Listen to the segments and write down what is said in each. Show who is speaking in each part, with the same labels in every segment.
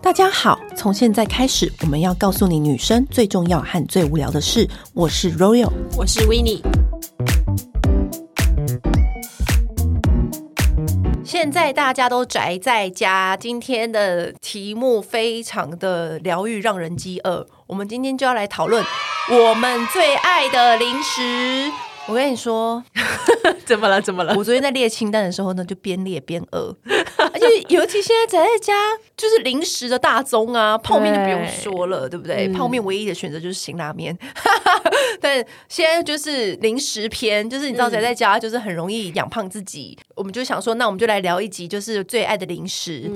Speaker 1: 大家好，从现在开始，我们要告诉你女生最重要和最无聊的事。我是 Royal，
Speaker 2: 我是 w i n n i e
Speaker 1: 现在大家都宅在家，今天的题目非常的疗愈，让人饥饿。我们今天就要来讨论我们最爱的零食。我跟你说，
Speaker 2: 怎么了？怎么了？
Speaker 1: 我昨天在列清单的时候呢，就边列边饿， 而且尤其现在宅在家，就是零食的大宗啊，泡面就不用说了，对不对？
Speaker 2: 嗯
Speaker 1: 泡面唯一的选择就是辛拉面， 但现在就是零食篇，就是你知道宅在家就是很容易养胖自己，我们就想说，那我们就来聊一集，就是最爱的零食。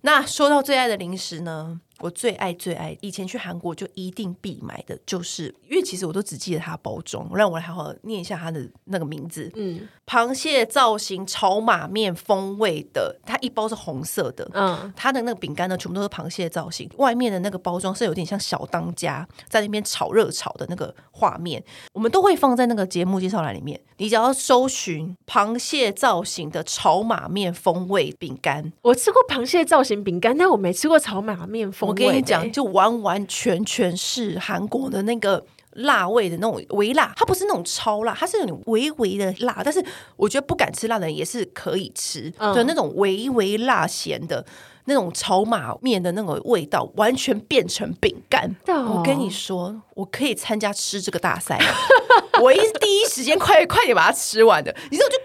Speaker 1: 那说到最爱的零食呢，我最爱最爱，以前去韩国就一定必买的，就是因为其实我都只记得它的包装，让我来好好念一下它的那个名字。
Speaker 2: 嗯
Speaker 1: 螃蟹造型炒马面风味的，它一包是红色的。
Speaker 2: 嗯，
Speaker 1: 它的那个饼干呢，全部都是螃蟹造型，外面的那个包装是有点像小当家在那边炒热炒的那个画面，我们都会放在那个节目介绍栏里面。你只要搜寻螃蟹造型的炒马面风味饼干，
Speaker 2: 我吃过螃蟹造型饼干，但我没吃过炒马面风
Speaker 1: 我
Speaker 2: 味的。
Speaker 1: 跟你讲，就完完全全是韩国的那个辣味的那种微辣，它不是那种超辣，它是有点微微的辣，但是我觉得不敢吃辣的人也是可以吃，
Speaker 2: 嗯
Speaker 1: 对那种微微辣咸的。那种炒马面的那个味道，完全变成饼干。
Speaker 2: 真的哦
Speaker 1: 我跟你说，我可以参加吃这个大赛， 我一第一时间快快点把它吃完的。你知道我就。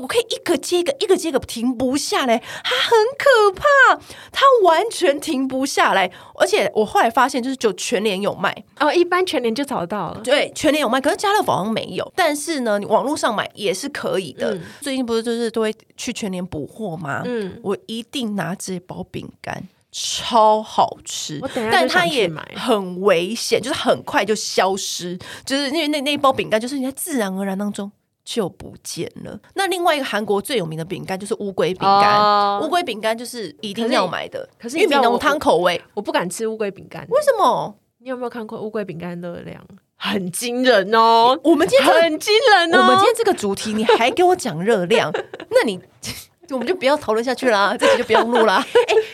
Speaker 1: 我可以一个接一个，一个接一个停不下来，它很可怕，它完全停不下来。而且我后来发现，就是只有全联有卖，
Speaker 2: 哦，一般全年就找得到了。
Speaker 1: 对，全联有卖，可是家乐福好像没有。但是呢，你网络上买也是可以的。最近不是就是都会去全联补货吗？
Speaker 2: 嗯，
Speaker 1: 我一定拿这包饼干，超好吃
Speaker 2: 我等一，下
Speaker 1: 但
Speaker 2: 就想
Speaker 1: 它也
Speaker 2: 去买
Speaker 1: 很危险，就是很快就消失，就是因为那那一包饼干，就是你在自然而然当中。就不见了。那另外一个韩国最有名的饼干就是乌龟饼干，
Speaker 2: 哦
Speaker 1: 乌龟饼干就是一定要买的，
Speaker 2: 可是你
Speaker 1: 玉米
Speaker 2: 知道我
Speaker 1: 浓汤口味。
Speaker 2: 我不敢吃乌龟饼干。
Speaker 1: 为什么？
Speaker 2: 你有没有看过乌龟饼干热量？很惊人哦，
Speaker 1: 我们今天这个
Speaker 2: 很惊人哦。
Speaker 1: 我们今天这个主题，你还给我讲热量， 那你我们就不要讨论下去啦， 这集就不用录啦。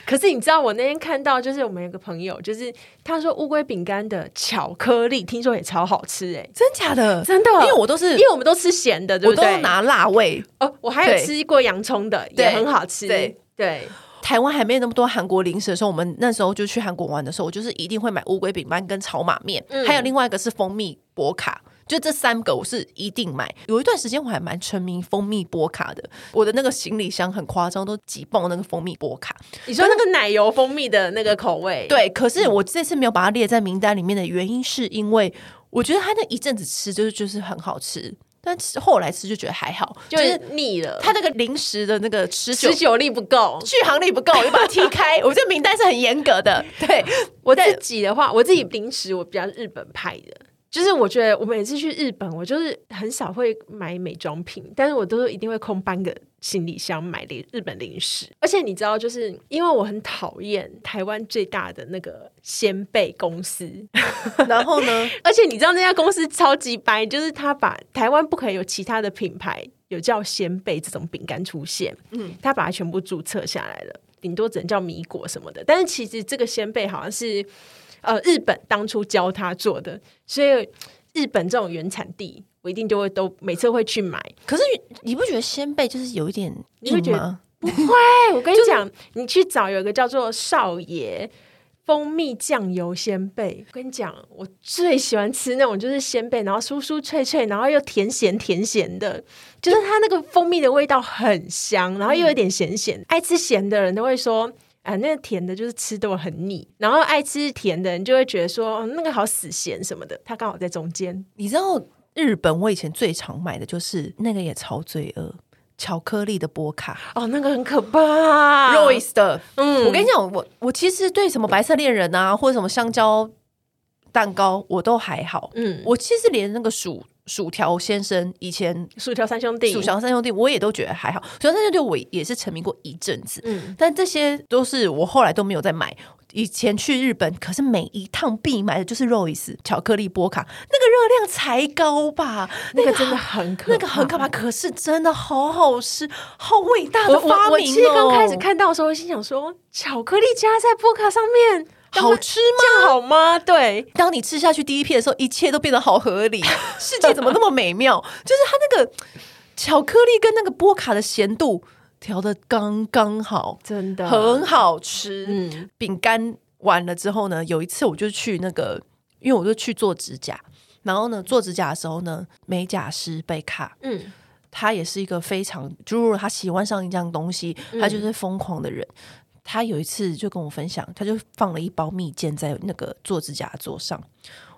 Speaker 2: 可是你知道，我那天看到，就是我们有个朋友，就是他说乌龟饼干的巧克力，听说也超好吃哎、
Speaker 1: 真假的？
Speaker 2: 真的，
Speaker 1: 因为我都是
Speaker 2: 因为我们都吃咸的，对
Speaker 1: 我
Speaker 2: 不
Speaker 1: 都
Speaker 2: 对？
Speaker 1: 拿辣味，
Speaker 2: 哦，我还有
Speaker 1: 对
Speaker 2: 吃过洋葱的，
Speaker 1: 对
Speaker 2: 也很好吃。
Speaker 1: 对
Speaker 2: 对，
Speaker 1: 台湾还没有那么多韩国零食的时候，我们那时候就去韩国玩的时候，我就是一定会买乌龟饼干跟炒马面，
Speaker 2: 嗯
Speaker 1: 还有另外一个是蜂蜜波卡。就这三个我是一定买。有一段时间我还蛮沉迷蜂蜜波卡的，我的那个行李箱很夸张，都挤爆那个蜂蜜波卡。
Speaker 2: 你说那个奶油蜂蜜的那个口味，，
Speaker 1: 对，可是
Speaker 2: 嗯
Speaker 1: 我这次没有把它列在名单里面的原因，是因为我觉得它那一阵子吃就是就是很好吃，但是后来吃就觉得还好，就
Speaker 2: 就是
Speaker 1: 是
Speaker 2: 腻了，
Speaker 1: 它那个零食的那个持久
Speaker 2: 持久力不够。
Speaker 1: 续航力不够，我就把它踢开。我这名单是很严格的， 对
Speaker 2: 我自己的话，我自己零食我比较日本派的。就是我觉得我每次去日本，我就是很少会买美妆品，但是我都是一定会空半个行李箱买零日本零食。而且你知道，就是因为我很讨厌台湾最大的那个鲜贝公司，
Speaker 1: 然后呢，
Speaker 2: 而且你知道那家公司超级掰，就是他把台湾不可以有其他的品牌有叫鲜贝这种饼干出现，嗯，他把它全部注册下来了，顶多只能叫米果什么的。但是其实这个鲜贝好像是呃日本当初教他做的，所以日本这种原产地，我一定就会都每次会去买。
Speaker 1: 可是你不觉得鲜贝就是有一点
Speaker 2: 你会
Speaker 1: 硬
Speaker 2: 觉得
Speaker 1: 吗？
Speaker 2: 哎，我跟你讲，你去找有一个叫做少爷。蜂蜜酱油鲜贝，我跟你讲，我最喜欢吃那种就是鲜贝，然后酥酥脆脆，然后又甜咸甜咸的，就是它那个蜂蜜的味道很香，然后又有点咸咸。爱吃咸的人都会说。啊，那个甜的就是吃的很腻，然后爱吃甜的人就会觉得说、嗯那个好死咸什么的，它刚好在中间。
Speaker 1: 你知道日本我以前最常买的就是那个也超罪恶，巧克力的波卡。
Speaker 2: 哦，那个很可怕。
Speaker 1: Royce 的，
Speaker 2: 嗯
Speaker 1: 我跟你讲，我我其实对什么白色恋人啊，或者什么香蕉蛋糕，我都还好。
Speaker 2: 嗯，
Speaker 1: 我其实连那个薯薯条先生以前
Speaker 2: 薯条三兄弟，
Speaker 1: 薯条三兄弟，我也都觉得还好。薯条三兄弟我也是沉迷过一阵子，
Speaker 2: 嗯
Speaker 1: 但这些都是我后来都没有再买。以前去日本，可是每一趟必买的就是 Royce 巧克力波卡，那个热量才高吧？
Speaker 2: 那个真的很可怕，
Speaker 1: 那个很可怕，可是真的好好吃，好伟大的
Speaker 2: 我
Speaker 1: 发明、哦
Speaker 2: 我我其实刚开始看到的时候，我心想说，巧克力加在波卡上面，
Speaker 1: 好吃吗？
Speaker 2: 这样好吗？对，
Speaker 1: 当你吃下去第一片的时候，一切都变得好合理。 世界怎么那么美妙？ 就是它那个巧克力跟那个波卡的咸度调的刚刚好，
Speaker 2: 真的
Speaker 1: 很好吃。
Speaker 2: 啊嗯
Speaker 1: 饼干完了之后呢，有一次我就去那个，因为我就去做指甲，然后呢做指甲的时候呢，美甲师贝卡。
Speaker 2: 嗯，
Speaker 1: 他也是一个非常，就如果他喜欢上一样东西，他就是疯狂的人。他有一次就跟我分享，他就放了一包蜜饯在那个做指甲的桌上，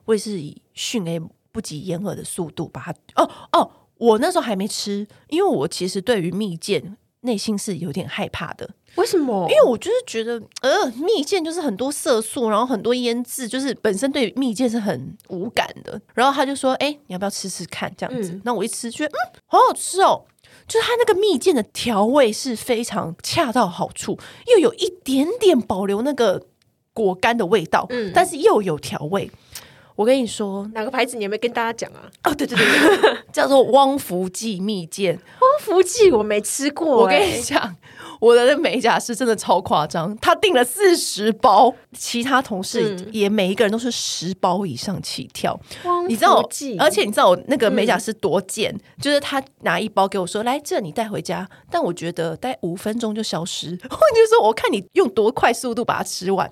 Speaker 1: 我也是以迅雷不及掩耳的速度把它。哦哦，我那时候还没吃，因为我其实对于蜜饯内心是有点害怕的，
Speaker 2: 为什么？
Speaker 1: 因为我就是觉得，呃，蜜饯就是很多色素，然后很多腌制，就是本身对蜜饯是很无感的。然后他就说：“哎、你要不要吃吃看？”这样子。
Speaker 2: 嗯
Speaker 1: 那我一吃，觉得嗯，好好吃哦。就是它那个蜜饯的调味是非常恰到好处，又有一点点保留那个果干的味道，
Speaker 2: 嗯
Speaker 1: 但是又有调味。我跟你说，
Speaker 2: 哪个牌子你有没有跟大家讲啊？
Speaker 1: 哦，对对对 对，叫做汪福记蜜饯，
Speaker 2: 光福记我没吃过、哎
Speaker 1: 我跟你讲，我的那美甲师真的超夸张，他订了四十包，其他同事
Speaker 2: 嗯
Speaker 1: 也每一个人都是十包以上起跳。
Speaker 2: 光
Speaker 1: 你知道
Speaker 2: 福嗯记，，
Speaker 1: 而且你知道我那个美甲师多贱，就是他拿一包给我说：“来，这你带回家。”但我觉得待五分钟就消失， 我就说：“我看你用多快速度把它吃完。”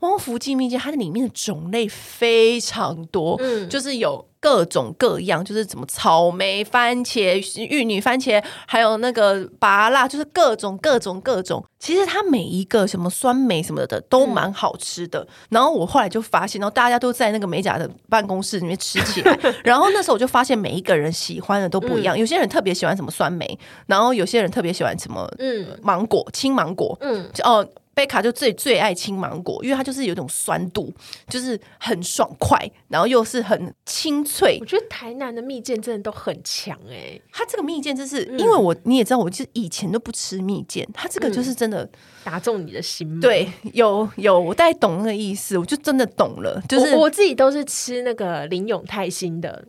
Speaker 1: 汪福记蜜饯，它的里面的种类非常多，
Speaker 2: 嗯
Speaker 1: 就是有各种各样，就是什么草莓、番茄、玉女番茄，还有那个拔辣，就是各种各种各种。其实它每一个什么酸梅什么的都蛮好吃的。然后我后来就发现，然后大家都在那个美甲的办公室里面吃起来。然后那时候我就发现，每一个人喜欢的都不一样，有些人特别喜欢什么酸梅，然后有些人特别喜欢什么
Speaker 2: 嗯
Speaker 1: 芒果、青芒果，
Speaker 2: 嗯，
Speaker 1: 就哦，贝卡就最最爱青芒果，因为它就是有一种酸度，就是很爽快，然后又是很清脆
Speaker 2: 我。觉得台南的蜜饯真的都很强哎、
Speaker 1: 它这个蜜饯，就是、
Speaker 2: 嗯
Speaker 1: 因为我你也知道，我就是以前都不吃蜜饯，它这个就是真的、
Speaker 2: 打中你的心吗？
Speaker 1: 对，有有，我大概懂那个意思，我就真的懂了，就是
Speaker 2: 我我自己都是吃那个林永泰新 的。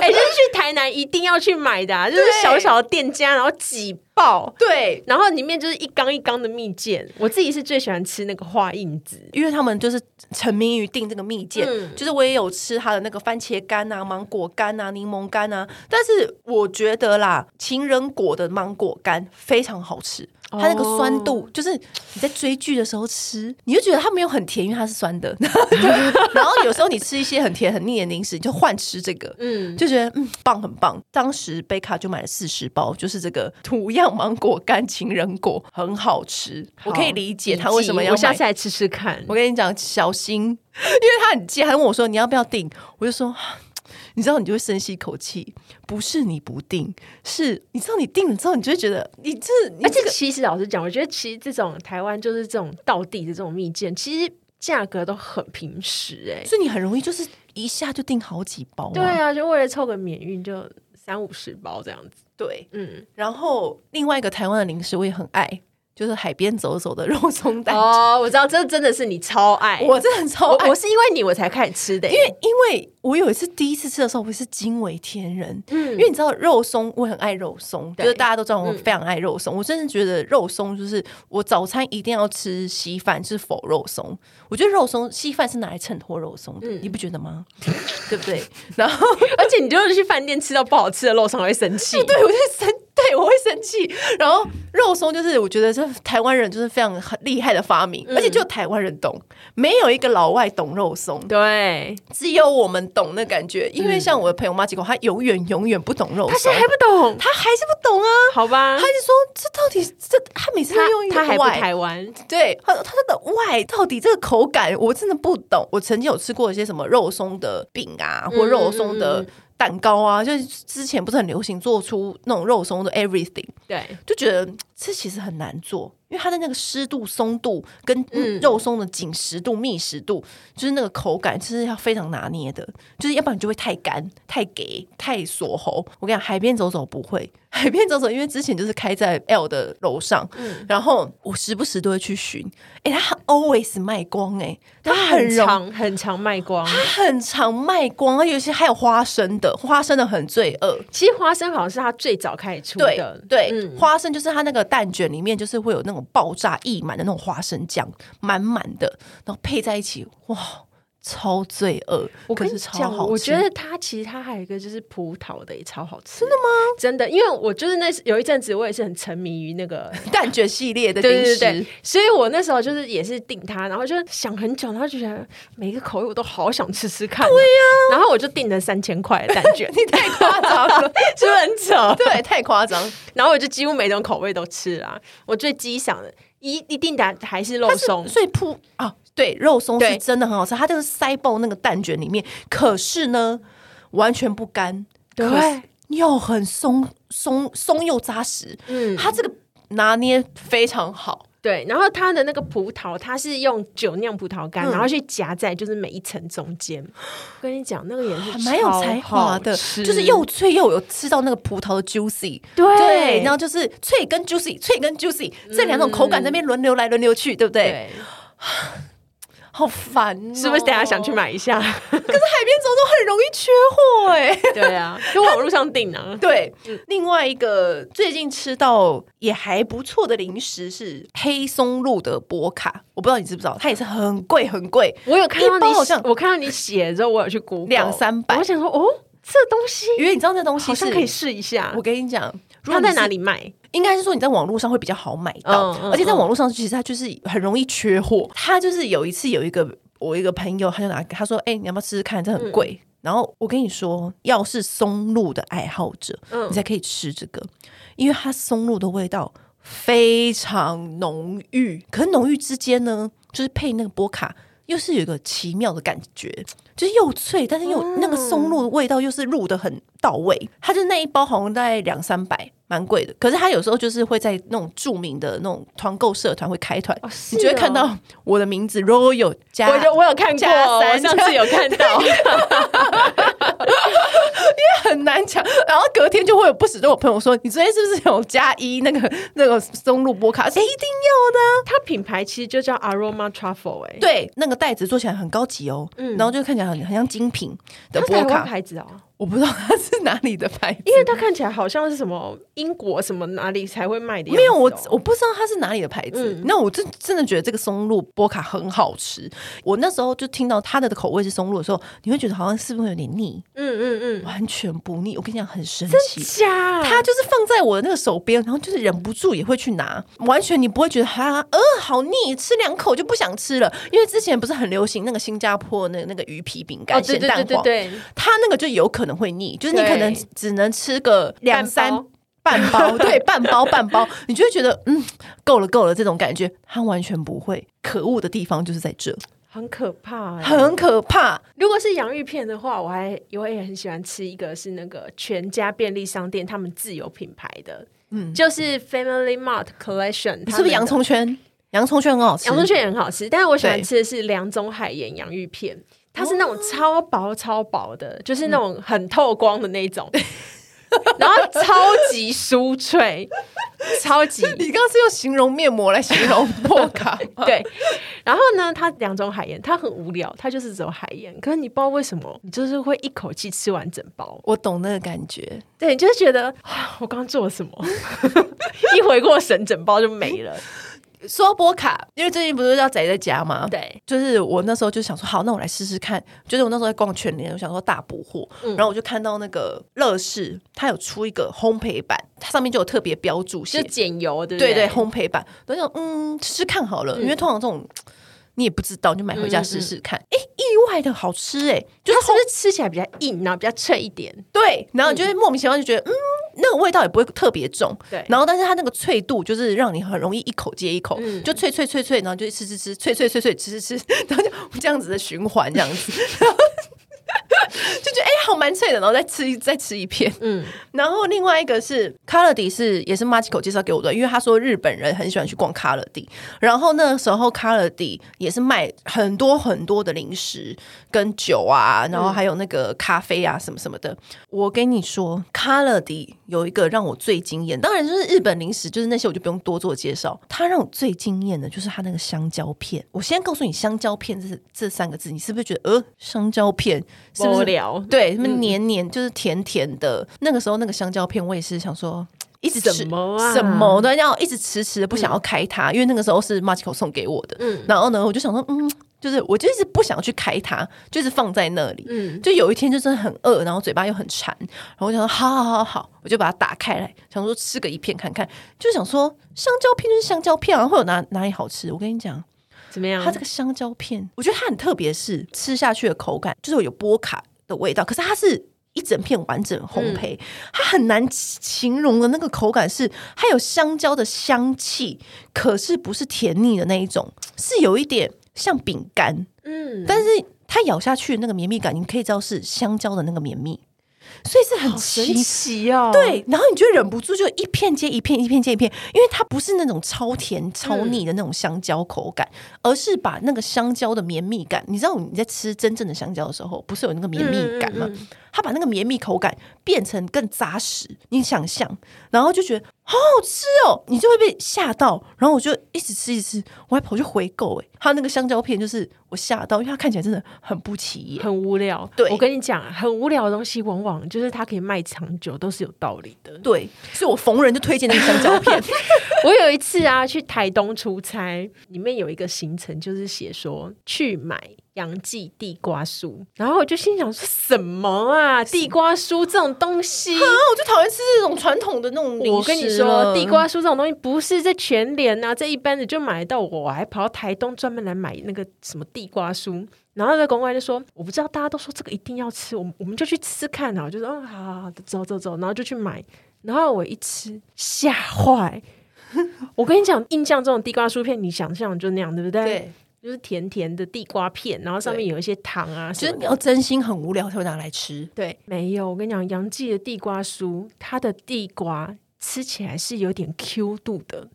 Speaker 2: 哎、就是去台南一定要去买的、啊，就是
Speaker 1: 对
Speaker 2: 小小的店家，然后挤爆，
Speaker 1: 对。
Speaker 2: 然后里面就是一缸一缸的蜜饯。我自己是最喜欢吃那个花印子，
Speaker 1: 因为他们就是沉迷于订这个蜜饯，
Speaker 2: 嗯
Speaker 1: 就是我也有吃它的那个番茄干啊、芒果干啊、柠檬干啊，但是我觉得啦，情人果的芒果干非常好吃。
Speaker 2: 哦
Speaker 1: 它那个酸度就是你在追剧的时候吃，你就觉得它没有很甜，因为它是酸的。 然后有时候你吃一些很甜很腻的零食，你就换吃这个，
Speaker 2: 嗯，
Speaker 1: 就觉得嗯棒很棒。当时贝卡就买了四十包，就是这个土样芒果干情人果，很好吃。我可以理解他为什么要
Speaker 2: 我下
Speaker 1: 买
Speaker 2: 次来吃吃看。
Speaker 1: 我跟你讲，小心， 因为他很贱，他问我说你要不要订，我就说。 啊你知道，你就会深吸一口气，不是你不定，是你知道你定了之后，你就会觉得你这你
Speaker 2: 而且
Speaker 1: 这个
Speaker 2: 其实老实讲，我觉得其实这种台湾就是这种道地的这种蜜饯，其实价格都很平实哎、
Speaker 1: 所以你很容易就是一下就订好几包、啊。
Speaker 2: 对啊，就为了凑个免运，就三五十包这样子。
Speaker 1: 对，
Speaker 2: 嗯，
Speaker 1: 然后另外一个台湾的零食我也很爱，就是海边走走的肉松蛋。
Speaker 2: 哦，我知道，这真的是你超爱
Speaker 1: 我真的超
Speaker 2: 我
Speaker 1: 爱，
Speaker 2: 我是因为你我才开始吃的、欸
Speaker 1: 因为因为我有一次第一次吃的时候，我是惊为天人。
Speaker 2: 嗯
Speaker 1: 因为你知道肉松，我很爱肉松，就
Speaker 2: 对
Speaker 1: 是大家都知道我
Speaker 2: 嗯
Speaker 1: 非常爱肉松。我真的觉得肉松就是我早餐一定要吃稀饭，是否肉松？我觉得肉松稀饭是拿来衬托肉松的，你不觉得吗？对不对？然后
Speaker 2: 而且你就是去饭店吃到不好吃的肉肠会生气。
Speaker 1: 对我就生，对我会生气。然后肉松就是我觉得是台湾人就是非常很厉害的发明，而且就台湾人懂，没有一个老外懂肉松。
Speaker 2: 对，
Speaker 1: 只有我们懂那感觉，因为像我的朋友妈吉狗，她永远永远不懂肉
Speaker 2: 他
Speaker 1: 松
Speaker 2: 现在，还不懂，
Speaker 1: 她还是不懂啊。
Speaker 2: 好吧
Speaker 1: 她？就说：“这到底这她每次都用一
Speaker 2: 嗯他还
Speaker 1: 个
Speaker 2: 不
Speaker 1: 外，
Speaker 2: 台湾，
Speaker 1: 对，她她的外到底这个口感我真的不懂。我曾经有吃过一些什么肉松的饼啊，或
Speaker 2: 嗯
Speaker 1: 肉松
Speaker 2: 嗯
Speaker 1: 的蛋糕啊，就是之前不是很流行做出那种肉松的 everything，
Speaker 2: 对，
Speaker 1: 就觉得嗯这其实很难做，因为它的那个湿度、松度跟
Speaker 2: 嗯
Speaker 1: 肉松的紧实度、密实度，就是那个口感，就是要非常拿捏的，就是要不然你就会太干、太给、太锁喉。我跟你讲，海边走走不会， 海边走走，因为之前就是开在 L 的楼上，然后我时不时都会去寻，哎、它 always 卖光、诶哎，它很
Speaker 2: 很
Speaker 1: 容
Speaker 2: 长很长卖光。
Speaker 1: 它很常卖光，尤其还有花生的，花生的很罪恶。
Speaker 2: 其实花生好像是他最早开始出
Speaker 1: 对
Speaker 2: 的，
Speaker 1: 对，
Speaker 2: 嗯
Speaker 1: 花生就是它那个蛋卷里面就是会有那种爆炸溢满的那种花生酱，满满的，然后配在一起，哇，超罪恶。
Speaker 2: 我
Speaker 1: 可
Speaker 2: 跟你
Speaker 1: 是超
Speaker 2: 讲，
Speaker 1: 好吃，
Speaker 2: 我觉 得它其实它还有一个就是葡萄的也超好吃，真的吗？真的，因为我就是那有一阵子我也是很沉迷于那个。
Speaker 1: 蛋卷系列的
Speaker 2: 对
Speaker 1: 零
Speaker 2: 对
Speaker 1: 食，
Speaker 2: 对，所以我那时候就是也是订它，然后就想很久，然后就觉得每个口味我都好想吃吃看。对呀、然后我就订了三千块的蛋 卷，
Speaker 1: 你太夸张 了，
Speaker 2: 是不是很扯？
Speaker 1: 对，太夸张。
Speaker 2: 然后我就几乎每种口味都吃啦。我最激赏的一一定打还是肉松，
Speaker 1: 所以铺啊，对，肉松是
Speaker 2: 对
Speaker 1: 真的很好吃，它就是塞爆那个蛋卷里面，可是呢，完全不干，
Speaker 2: 对
Speaker 1: 可是又很松松松又扎实，
Speaker 2: 嗯，
Speaker 1: 它这个拿捏非常好。
Speaker 2: 对，然后它的那个葡萄，它是用酒酿葡萄干，
Speaker 1: 嗯
Speaker 2: 然后去夹在就是每一层中间。我跟你讲，那个也是
Speaker 1: 还啊蛮有才华的，
Speaker 2: 超好吃
Speaker 1: 就是又脆又有吃到那个葡萄的 juicy，
Speaker 2: 对
Speaker 1: 然后就是脆跟 juicy，脆跟 juicy 这两种口感在那边轮流来轮流去，对不对？
Speaker 2: 嗯对，
Speaker 1: 好烦哦、
Speaker 2: 是不是？等下想去买一下？
Speaker 1: 可是海边走走很容易缺货哎、
Speaker 2: 对啊， 就网络上订啊。
Speaker 1: 对，另外一个最近吃到也还不错的零食是黑松露的波卡，我不知道你知不知道，它也是很贵很贵，
Speaker 2: 我有看到
Speaker 1: 一包好
Speaker 2: 你
Speaker 1: 像
Speaker 2: 写，我看到你写之后，我有去 Google
Speaker 1: 两三百
Speaker 2: 我想说，哦，这东西
Speaker 1: 因为你知道那东西
Speaker 2: 好像
Speaker 1: 是
Speaker 2: 可以。试一下
Speaker 1: 我。跟你讲，如果
Speaker 2: 它在
Speaker 1: 你
Speaker 2: 哪
Speaker 1: 是？
Speaker 2: 里卖？
Speaker 1: 应该是说你在网络上会比较好买到，
Speaker 2: 嗯嗯
Speaker 1: 而且在网络上其实它就是很容易缺货。它就是有一次有一个我一个朋友，他就拿他说：“哎、你要不要试试看？这
Speaker 2: 嗯
Speaker 1: 很贵。然后我跟你说，要是松露的爱好者，
Speaker 2: 嗯
Speaker 1: 你才可以吃这个，因为它松露的味道非常浓郁，可是浓郁之间呢，就是配那个波卡，又是有一个奇妙的感觉，就是又脆，但是又、
Speaker 2: 嗯
Speaker 1: 那个松露的味道又是入的很到位。它就那一包好像大概两三百，蛮贵的。可是它有时候就是会在那种著名的那种团购社团会开团，
Speaker 2: 哦是
Speaker 1: 你就会
Speaker 2: 哦
Speaker 1: 看到我的名字 Royal 加，
Speaker 2: 我就我有看过，
Speaker 1: 加三
Speaker 2: 我上次有看到。
Speaker 1: 很难抢。然后隔天就会有不止都有朋友说，你昨天是不是有加一那个那个松露波卡？是一定要的啊、
Speaker 2: 它品牌其实就叫 Aroma Truffle，哎，
Speaker 1: 对，那个袋子做起来很高级哦，
Speaker 2: 嗯
Speaker 1: 然后就看起来很很像精品的
Speaker 2: 它是
Speaker 1: 波
Speaker 2: 台湾
Speaker 1: 卡，
Speaker 2: 牌子哦。
Speaker 1: 我不知道它是哪里的牌子。
Speaker 2: 因为它看起来好像是什么英国什么哪里才会卖的样子哦、
Speaker 1: 没有，我我不知道它是哪里的牌子。
Speaker 2: 嗯
Speaker 1: 那我真真的觉得这个松露波卡很好吃。我那时候就听到它的口味是松露的时候，你会觉得好像是不是有点腻？
Speaker 2: 嗯嗯嗯，
Speaker 1: 完全不腻，我跟你讲，很神奇。
Speaker 2: 假
Speaker 1: 它就是放在我的那个手边，然后就是忍不住也会去拿，完全你不会觉得它呃好腻，吃两口就不想吃了。因为之前不是很流行那个新加坡那那个鱼皮饼干、
Speaker 2: 哦，对
Speaker 1: 咸
Speaker 2: 对
Speaker 1: 蛋
Speaker 2: 对
Speaker 1: 黄，
Speaker 2: 对对，
Speaker 1: 它那个就有可能会腻，就是你
Speaker 2: 对
Speaker 1: 可能只能吃个两
Speaker 2: 半
Speaker 1: 三
Speaker 2: 包
Speaker 1: 半包， 对，半包半包，你就会觉得嗯，够了够了这种感觉。它完全不会，可恶的地方就是在这，
Speaker 2: 很可怕、欸。
Speaker 1: 很可怕。
Speaker 2: 如果是洋芋片的话，我还我也很喜欢吃一个是那个全家便利商店他们自有品牌的，
Speaker 1: 嗯
Speaker 2: 嗯，就是 Family Mart Collection，
Speaker 1: 你是不是洋？葱圈？洋葱圈很好吃，
Speaker 2: 洋葱圈也很好吃，但是我喜欢
Speaker 1: 对
Speaker 2: 吃的是梁中海盐洋芋片，它是那种超薄超薄
Speaker 1: 哦
Speaker 2: 的，就是那种很透光的那
Speaker 1: 嗯
Speaker 2: 种， 然后超级酥 脆，超级
Speaker 1: 你刚刚是用形容面膜来形 容破卡吗？
Speaker 2: 对，然后呢，它两种海盐，它很无聊，它就是只有海盐。可是你不知道为什么，你就是会一口气吃完整包。
Speaker 1: 我懂那个感觉，
Speaker 2: 对，你就是觉得啊，我刚刚做了什么？ 一回过神，整包就没了。
Speaker 1: 说波卡，因为最近不是要宅在家吗？
Speaker 2: 对，
Speaker 1: 就是我那时候就想说，好，那我来试试看。就是我那时候在逛全联，我想说大补货，然后我就看到那个乐事，它有出一个烘焙版，它上面就有特别标注
Speaker 2: 就
Speaker 1: 写，
Speaker 2: 减油，对不
Speaker 1: 对
Speaker 2: 对
Speaker 1: 对，烘焙版。我就想，嗯，试试看好了，因为通常这种你也不知道，你就买回家试试看。哎、意外的好吃哎、就是
Speaker 2: 它是不是吃起来比较硬，然后比较脆一点？
Speaker 1: 对，然后你就会莫名其妙就觉得，嗯，那个味道也不会特别重，
Speaker 2: 对
Speaker 1: 然后但是它那个脆度就是让你很容易一口接一口，
Speaker 2: 嗯
Speaker 1: 就脆脆脆脆，然后就吃吃吃，脆脆脆脆吃吃吃，然后就这样子的循环这样子。就觉得哎、好蛮脆的，然后再吃一再吃一片。
Speaker 2: 嗯，
Speaker 1: 然后另外一个是 c o l o d 是也是 Machiko 介绍给我的，因为他说日本人很喜欢去逛 c o l o d 然后那时候 c o l o d 也是卖很多很多的零食跟酒啊，然后还有那个咖啡啊什么什么的。我跟你说 c o l o d 有一个让我最惊艳，当然就是日本零食，就是那些我就不用多做介绍。它让我最惊艳的就是它那个香蕉片。我先告诉你香蕉片这这三个字，你是不是觉得呃香蕉片是不
Speaker 2: 无
Speaker 1: 是
Speaker 2: 聊，
Speaker 1: 对，什么
Speaker 2: 嗯
Speaker 1: 黏黏，就是甜甜的。那个时候那个香蕉片，我也是想说。一直吃
Speaker 2: 什么啊
Speaker 1: 什么的，要一直迟迟的不想要开它，因为那个时候是 Machiko 送给我的。
Speaker 2: 嗯
Speaker 1: 然后呢，我就想说，嗯，就是我就一直不想去开它，就是放在那里。
Speaker 2: 嗯，
Speaker 1: 就有一天就真的很饿，然后嘴巴又很馋，然后我想说好好好好，我就把它打开来，想说吃个一片看看，就想说香蕉片就是香蕉片啊，会有哪哪里好吃？我跟你讲，
Speaker 2: 怎么样？
Speaker 1: 它这个香蕉片，嗯我觉得它很特别，是吃下去的口感就是有波卡的味道，可是它是。一整片完整烘焙，它很难形容的那个口感是，它有香蕉的香气，可是不是甜腻的那一种，是有一点像饼干，
Speaker 2: 嗯，
Speaker 1: 但是它咬下去的那个绵密感，你可以知道是香蕉的那个绵密，所以是很
Speaker 2: 好神
Speaker 1: 奇
Speaker 2: 奇哦，
Speaker 1: 对，然后你就忍不住就一片接一片，一片接一片，因为它不是那种超甜超腻的那种香蕉口感，而是把那个香蕉的绵密感，你知道你在吃真正的香蕉的时候，不是有那个绵密感吗？
Speaker 2: 嗯嗯嗯
Speaker 1: 它把那个绵密口感变成更扎实，你想象，然后就觉得好好吃哦，你就会被吓到。然后我就一直吃一直吃，我还跑去回购哎、它那个香蕉片就是我吓到，因为它看起来真的很不起眼。
Speaker 2: 很无聊。
Speaker 1: 对
Speaker 2: 我跟你讲，啊很无聊的东西，往往就是它可以卖长久，都是有道理的。
Speaker 1: 对，所以我逢人就推荐那个香蕉片。
Speaker 2: 我有一次啊，去台东出差，里面有一个行程就是写说去买。洋记地瓜酥，然后我就心想说什么啊，地瓜酥这种东西，
Speaker 1: 啊，我就讨厌吃这种传统的那种零食了。
Speaker 2: 我跟你说，地瓜酥这种东西不是在全联啊，在一般的就买得到。我还跑到台东专门来买那个什么地瓜酥，然后那个公关就说：“我不知道，大家都说这个一定要吃，我们我们就去吃吃看啊。”我就说：“嗯，好好好，走走走。”然后就去买，然后我一吃吓坏。我跟你讲，印象中的地瓜酥片，你想象就那样，对不对？
Speaker 1: 对，
Speaker 2: 就是甜甜的地瓜片，然后上面有一些糖啊
Speaker 1: 就
Speaker 2: 什
Speaker 1: 是
Speaker 2: 么
Speaker 1: 你
Speaker 2: 的。
Speaker 1: 要真心很无聊才会拿来吃。
Speaker 2: 对，没有。我跟你讲，杨记的地瓜酥，它的地瓜吃起来是有点 Q 度的。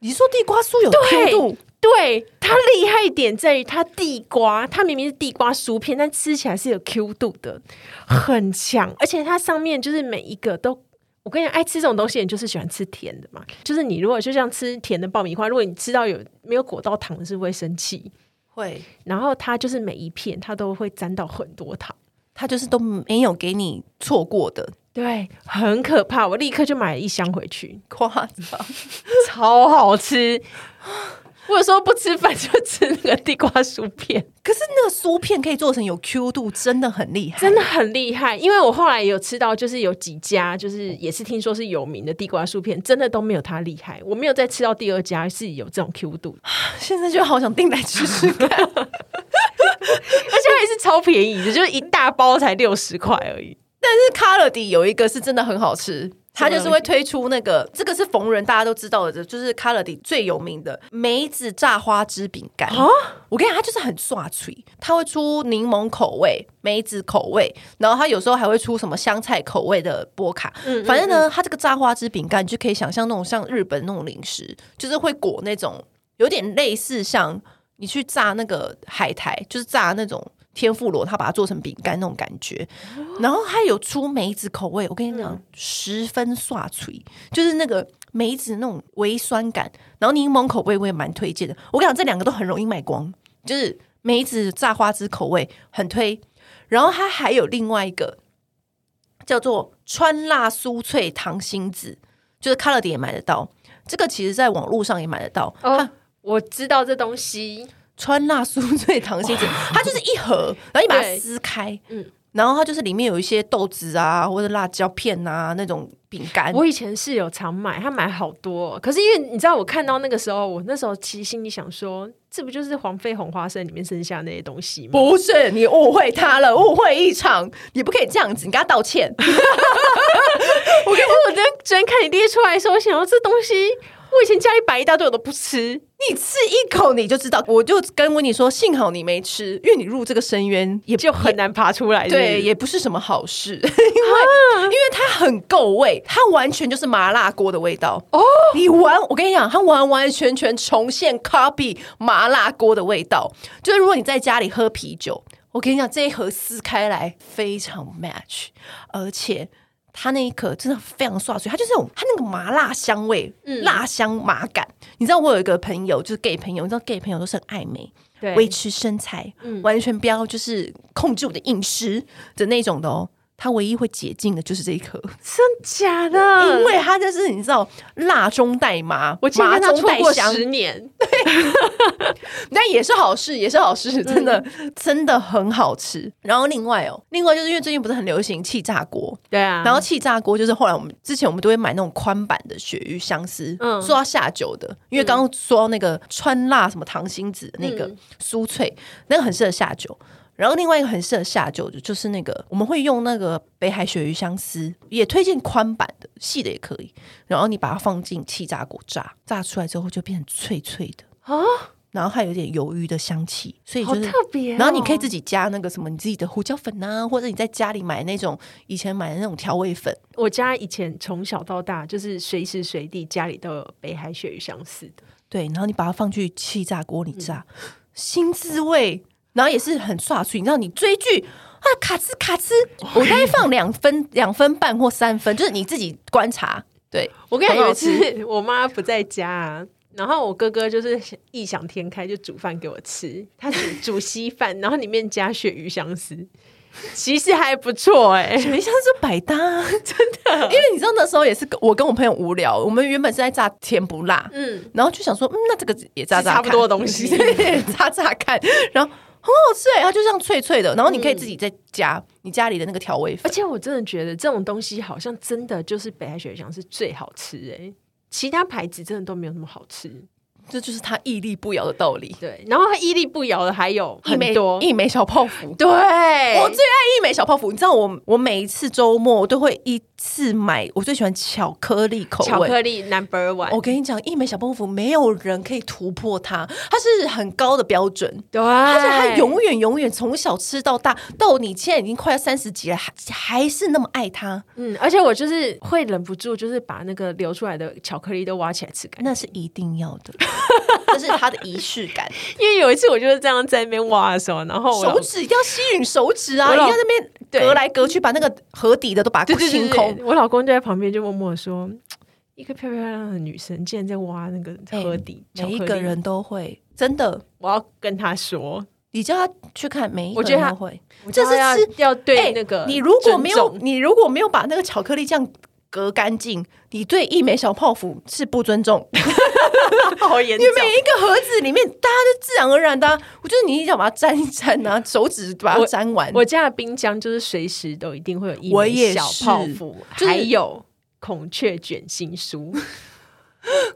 Speaker 1: 你说地瓜酥有 Q
Speaker 2: 对
Speaker 1: 度，
Speaker 2: 对，它厉害一点在于它地瓜，它明明是地瓜酥片，但吃起来是有 Q 度的，很强。而且它上面就是每一个都。我跟你讲，爱吃这种东西，你就是喜欢吃甜的嘛。就是你如果就像吃甜的爆米花，如果你吃到有没有裹到糖的，是不会生气。
Speaker 1: 会
Speaker 2: 然后它就是每一片，它都会沾到很多糖。
Speaker 1: 它就是都没有给你错过的，
Speaker 2: 对，很可怕。我立刻就买了一箱回去，
Speaker 1: 夸张。
Speaker 2: 超好吃。我有时候不吃饭就吃那个地瓜酥片，
Speaker 1: 可是那个酥片可以做成有 Q 度，真的很厉害，
Speaker 2: 真的很厉害。因为我后来有吃到，就是有几家，就是也是听说是有名的地瓜酥片，真的都没有它厉害。我没有再吃到第二家是有这种 Q 度，
Speaker 1: 现在就好想订来吃吃看。
Speaker 2: 而且还是超便宜的，就是一大包才六十块而已。
Speaker 1: 但是 c o l o d 有一个是真的很好吃。它就是会推出那个，这个是逢人大家都知道的，就是 c o l o d 最有名的梅子炸花枝饼干
Speaker 2: 啊
Speaker 1: 我跟你讲，它就是很刷嘴，它会出柠檬口味、梅子口味，然后它有时候还会出什么香菜口味的波卡。反正呢，它这个炸花枝饼干，你就可以想象那种像日本那种零食，就是会裹那种有点类似像你去炸那个海苔，就是炸那种天妇罗，它把它做成饼干那种感觉。 然后它有出梅子口味，我跟你讲，十分刷脆，就是那个梅子那种微酸感。然后柠檬口味我也蛮推荐的，我跟你讲，这两个都很容易卖光，就是梅子炸花枝口味很推。然后它还有另外一个叫做川辣酥脆糖心子，就是 Color 也买得到。这个其实在网络上也买得到，
Speaker 2: 哦，我知道这东西，
Speaker 1: 川辣酥脆糖心子，它就是一盒，然后你把它
Speaker 2: 对
Speaker 1: 撕开，
Speaker 2: 嗯
Speaker 1: 然后它就是里面有一些豆子啊，或者辣椒片啊那种饼干。
Speaker 2: 我以前是有常买，他买好多哦、可是因为你知道，我看到那个时候，我那时候其实心里想说，这不就是黄飞鸿花生里面剩下那些东西吗？
Speaker 1: 不是你误会他了，误会一场，你不可以这样子，你跟他道歉。
Speaker 2: 我跟我的昨天看你列出来的时候，我想到这东西我以前家里摆一大堆，我都不吃。
Speaker 1: 你吃一口你就知道，我就跟温妮说，幸好你没吃，因为你入这个深渊也
Speaker 2: 就很难爬出来。
Speaker 1: 对，也不是什么好事， 因为、因为它很够味，它完全就是麻辣锅的味道哦。你完，我跟你讲，它完完全全重现 copy 麻辣锅的味道。就是如果你在家里喝啤酒，我跟你讲，这一盒撕开来非常 match，而且。它那一刻真的非常刷嘴，它就是那种它那个麻辣香味、辣香麻感。你知道我有一个朋友就是 gay 朋友，你知道 gay 朋友都是很爱美，
Speaker 2: 对嗯
Speaker 1: 维持身材，完全不要就是控制我的饮食的那种的哦。他唯一会解禁的就是这一颗，
Speaker 2: 真假的？
Speaker 1: 因为他就是你知道辣中带麻，
Speaker 2: 嗯我竟然
Speaker 1: 麻
Speaker 2: 跟他
Speaker 1: 中
Speaker 2: 错
Speaker 1: 带
Speaker 2: 过
Speaker 1: 香，
Speaker 2: 十年，
Speaker 1: 但也是好事，也 是好
Speaker 2: 嗯
Speaker 1: 事，真的、真的很好吃。然后另外哦，另外就是因为最近不是很流行气炸锅，
Speaker 2: 对啊
Speaker 1: 然后气炸锅就是后来我们之前我们都会买那种宽版的鳕鱼香丝，
Speaker 2: 嗯
Speaker 1: 说到下酒的，因为刚刚说到那个川辣什么糖心子的那个
Speaker 2: 嗯
Speaker 1: 酥脆，那个很适合下酒。然后另外一个很适合下酒的就是那个我们会用那个北海鳕鱼香丝，也推荐宽版的，细的也可以。然后你把它放进气炸锅炸，炸出来之后就变成脆脆的，
Speaker 2: 啊，
Speaker 1: 然后还有一点鱿鱼的香气，所以
Speaker 2: 好
Speaker 1: 就是
Speaker 2: 特别哦。
Speaker 1: 然后你可以自己加那个什么你自己的胡椒粉啊，或者你在家里买那种以前买的那种调味粉，
Speaker 2: 我家以前从小到大，就是随时随地家里都有北海鳕鱼相似的，
Speaker 1: 对，然后你把它放去气炸锅里炸，
Speaker 2: 嗯
Speaker 1: 新滋味，然后也是很刷出，你知道你追剧。啊，卡哧卡哧，我大概放两分、两分半或三分，就是你自己观察。对
Speaker 2: 我跟你
Speaker 1: 很
Speaker 2: 讲，
Speaker 1: 好
Speaker 2: 有一次我妈不在家、啊，然后我哥哥就是异想天开，就煮饭给我吃。他煮煮稀饭，然后里面加鳕鱼香丝，其实还不错哎、
Speaker 1: 雪梨香是百搭、 真的。因为你知道那时候也是跟我跟我朋友无聊，我们原本是在炸甜不辣，
Speaker 2: 嗯，
Speaker 1: 然后就想说，嗯，那这个也炸炸
Speaker 2: 是差不多的东西
Speaker 1: 对炸炸看，然后很好吃哎，它就这样脆脆的，然后你可以自己再加、你家里的那个调味
Speaker 2: 而
Speaker 1: 粉，
Speaker 2: 且我真的觉得这种东西好像真的就是北海鳕鱼香是最好吃哎、其他牌子真的都没有那么好吃。
Speaker 1: 这就是它屹立不摇的道理。
Speaker 2: 对，然后它屹立不摇的还有很多。
Speaker 1: 一枚小泡芙。
Speaker 2: 对，
Speaker 1: 我
Speaker 2: 我
Speaker 1: 最爱一枚小泡芙，你知道我我每一次周末我都会一次买，我最喜欢巧克力口
Speaker 2: 巧
Speaker 1: 味。
Speaker 2: 克力 number one，
Speaker 1: 我跟你讲，一枚小泡芙没有人可以突破它，它是很高的标准。
Speaker 2: 对，
Speaker 1: 而
Speaker 2: 而
Speaker 1: 且它永远永远从小吃到大，到你现在已经快要三十几了，还还是那么爱它，
Speaker 2: 嗯，而且我就是会忍不住，就是把那个流出来的巧克力都挖起来吃干。
Speaker 1: 那是一定要的，这是它的仪式 感。
Speaker 2: 因为有一次我就是这样在那边挖的时候，然后我老
Speaker 1: 手指一定要吸吮手指啊，
Speaker 2: 我
Speaker 1: 一定
Speaker 2: 老
Speaker 1: 要在那边
Speaker 2: 对
Speaker 1: 隔来隔去，把那个河底的都把它
Speaker 2: 对对
Speaker 1: 清
Speaker 2: 对
Speaker 1: 空
Speaker 2: 对。对我老公就在旁边就默默地说：“一个漂漂亮亮的女生竟然在挖那哎个河底、巧
Speaker 1: 每一
Speaker 2: 克
Speaker 1: 个
Speaker 2: 力
Speaker 1: 人都会，真的，
Speaker 2: 我要跟他说，
Speaker 1: 你叫他去看，每一
Speaker 2: 我
Speaker 1: 个
Speaker 2: 觉得
Speaker 1: 人
Speaker 2: 他
Speaker 1: 都会。
Speaker 2: 我
Speaker 1: 这
Speaker 2: 就是要
Speaker 1: 吃
Speaker 2: 要对
Speaker 1: 哎
Speaker 2: 那个、
Speaker 1: 你如果没有，，你如果没有把那个巧克力酱隔干净，你对一枚小泡芙是不尊 重。
Speaker 2: 好严
Speaker 1: 因
Speaker 2: 重
Speaker 1: 为。每一个盒子里面，大家都自然而然的啊、我觉得你一定要把它沾一沾啊，手指把它沾完。
Speaker 2: 我家的冰箱就是随时都一定会有一
Speaker 1: 我
Speaker 2: 枚
Speaker 1: 也
Speaker 2: 小泡
Speaker 1: 是
Speaker 2: 芙，
Speaker 1: 就是
Speaker 2: 还有孔雀卷心 酥，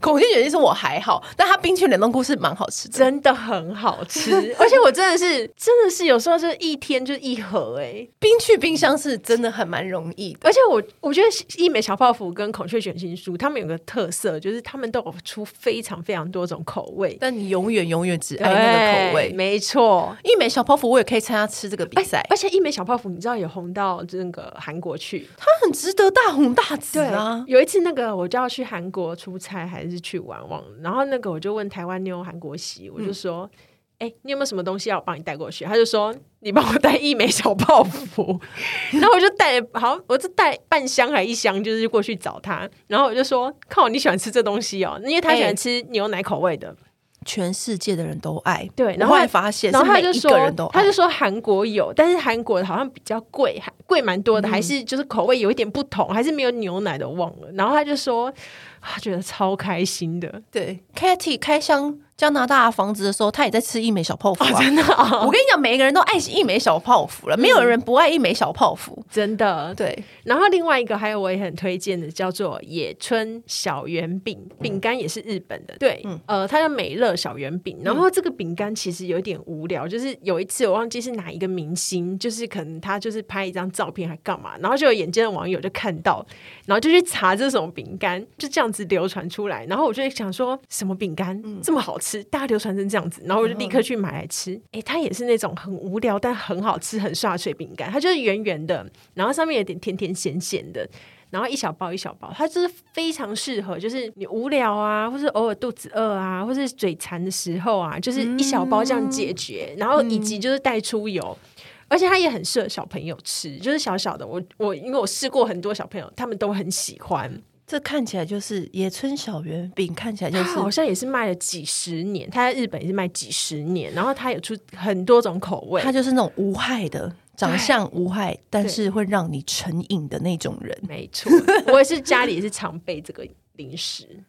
Speaker 1: 孔雀卷心是我还好，但它冰淇淋冷冻库是蛮好吃的。
Speaker 2: 真的很好吃， 而且我真的是真的是有时候就是一天就一盒哎、
Speaker 1: 冰去冰箱是真的很蛮容易的。
Speaker 2: 而且我我觉得一美小泡芙跟孔雀卷心酥，他们有个特色，就是他们都有出非常非常多种口味，
Speaker 1: 但你永远永远只爱那个口
Speaker 2: 对
Speaker 1: 味。
Speaker 2: 没错。
Speaker 1: 一枚小泡芙我也可以参加吃这个比赛，
Speaker 2: 而且一美小泡芙，你知道也红到那个韩国去。
Speaker 1: 它很值得大红大紫啊！
Speaker 2: 有一次那个我就要去韩国出差，还是去玩玩，然后那个我就问台湾妞韩国媳，我就说：“哎、你有没有什么东西要我帮你带过去？”他就说：“你帮我带一美小泡 芙。”然后我就带了，好，我就带半箱还一箱，就是过去找他。然后我就说：“靠，你喜欢吃这东西哦？因为他喜欢吃牛奶口味的。
Speaker 1: 全世界的人都爱，
Speaker 2: 对然
Speaker 1: 然
Speaker 2: 后
Speaker 1: 后
Speaker 2: 还
Speaker 1: 来发现，
Speaker 2: 然后
Speaker 1: 是
Speaker 2: 他
Speaker 1: 每
Speaker 2: 就
Speaker 1: 一个
Speaker 2: 说
Speaker 1: 人都，爱，
Speaker 2: 他就说韩国有，但是韩国的好像比较贵，还贵蛮多的，还是就是口味有一点不同，
Speaker 1: 嗯
Speaker 2: 还是没有牛奶的忘了。然后他就说，他觉得超开心的，
Speaker 1: 对 Katy 开箱加拿大房子的时候，他也在吃一枚小泡芙、啊
Speaker 2: 真的嗯哦、
Speaker 1: 我跟你讲，每一个人都爱一枚小泡芙了，没有人不爱一枚小泡芙。
Speaker 2: 真的。
Speaker 1: 对，
Speaker 2: 然后另外一个还有我也很推荐的，叫做野村小圆饼，饼干也是日本的，对，呃，它叫美乐小圆饼。然后这个饼干其实有点无聊，就是有一次我忘记是哪一个明星，就是可能他就是拍一张照片还干嘛，然后就有眼尖的网友就看到，然后就去查这是什么饼干，就这样子流传出来，然后我就想说什么饼干这么好吃，大家流传成这样子，然后我就立刻去买来吃。诶，它也是那种很无聊但很好吃、很刷水饼干，它就是圆圆的，然后上面有点甜甜咸咸的。然后一小包一小包，它就是非常适合，就是你无聊啊，或是偶尔肚子饿啊，或是嘴馋的时候啊，就是一小包这样解决。
Speaker 1: 嗯
Speaker 2: 然后以及就是带出游，而且它也很适合小朋友吃，就是小小的。我我因为我试过很多小朋友，他们都很喜欢。
Speaker 1: 这看起来就是野村小圆饼，看起来就
Speaker 2: 它
Speaker 1: 是
Speaker 2: 好像也是卖了几十年，它在日本也是卖几十年，然后它有出很多种口味
Speaker 1: 它。就是那种无害的，长相无害，但是会让你成瘾的那种人。
Speaker 2: 没错，我也是家里也是常备这个零食。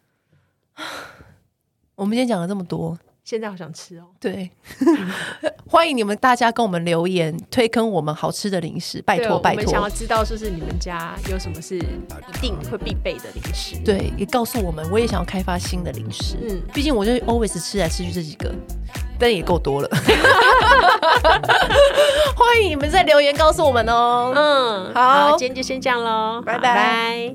Speaker 1: 我们今天讲了这么多，
Speaker 2: 现在好想吃哦！
Speaker 1: 对， 欢迎你们大家跟我们留言，推坑我们好吃的零食，拜
Speaker 2: 对
Speaker 1: 托拜
Speaker 2: 我们想要
Speaker 1: 托。
Speaker 2: 知道，就是你们家有什么是一定会必备的零食？，
Speaker 1: 对，也告诉我们，我也想要开发新的零食。嗯
Speaker 2: 嗯，
Speaker 1: 毕竟我就 always 吃来吃去这几个，但也够 多了。欢迎你们在留言告诉我们哦。
Speaker 2: 嗯，
Speaker 1: 好
Speaker 2: 今天就先这样喽，
Speaker 1: 拜
Speaker 2: 好
Speaker 1: 拜
Speaker 2: 拜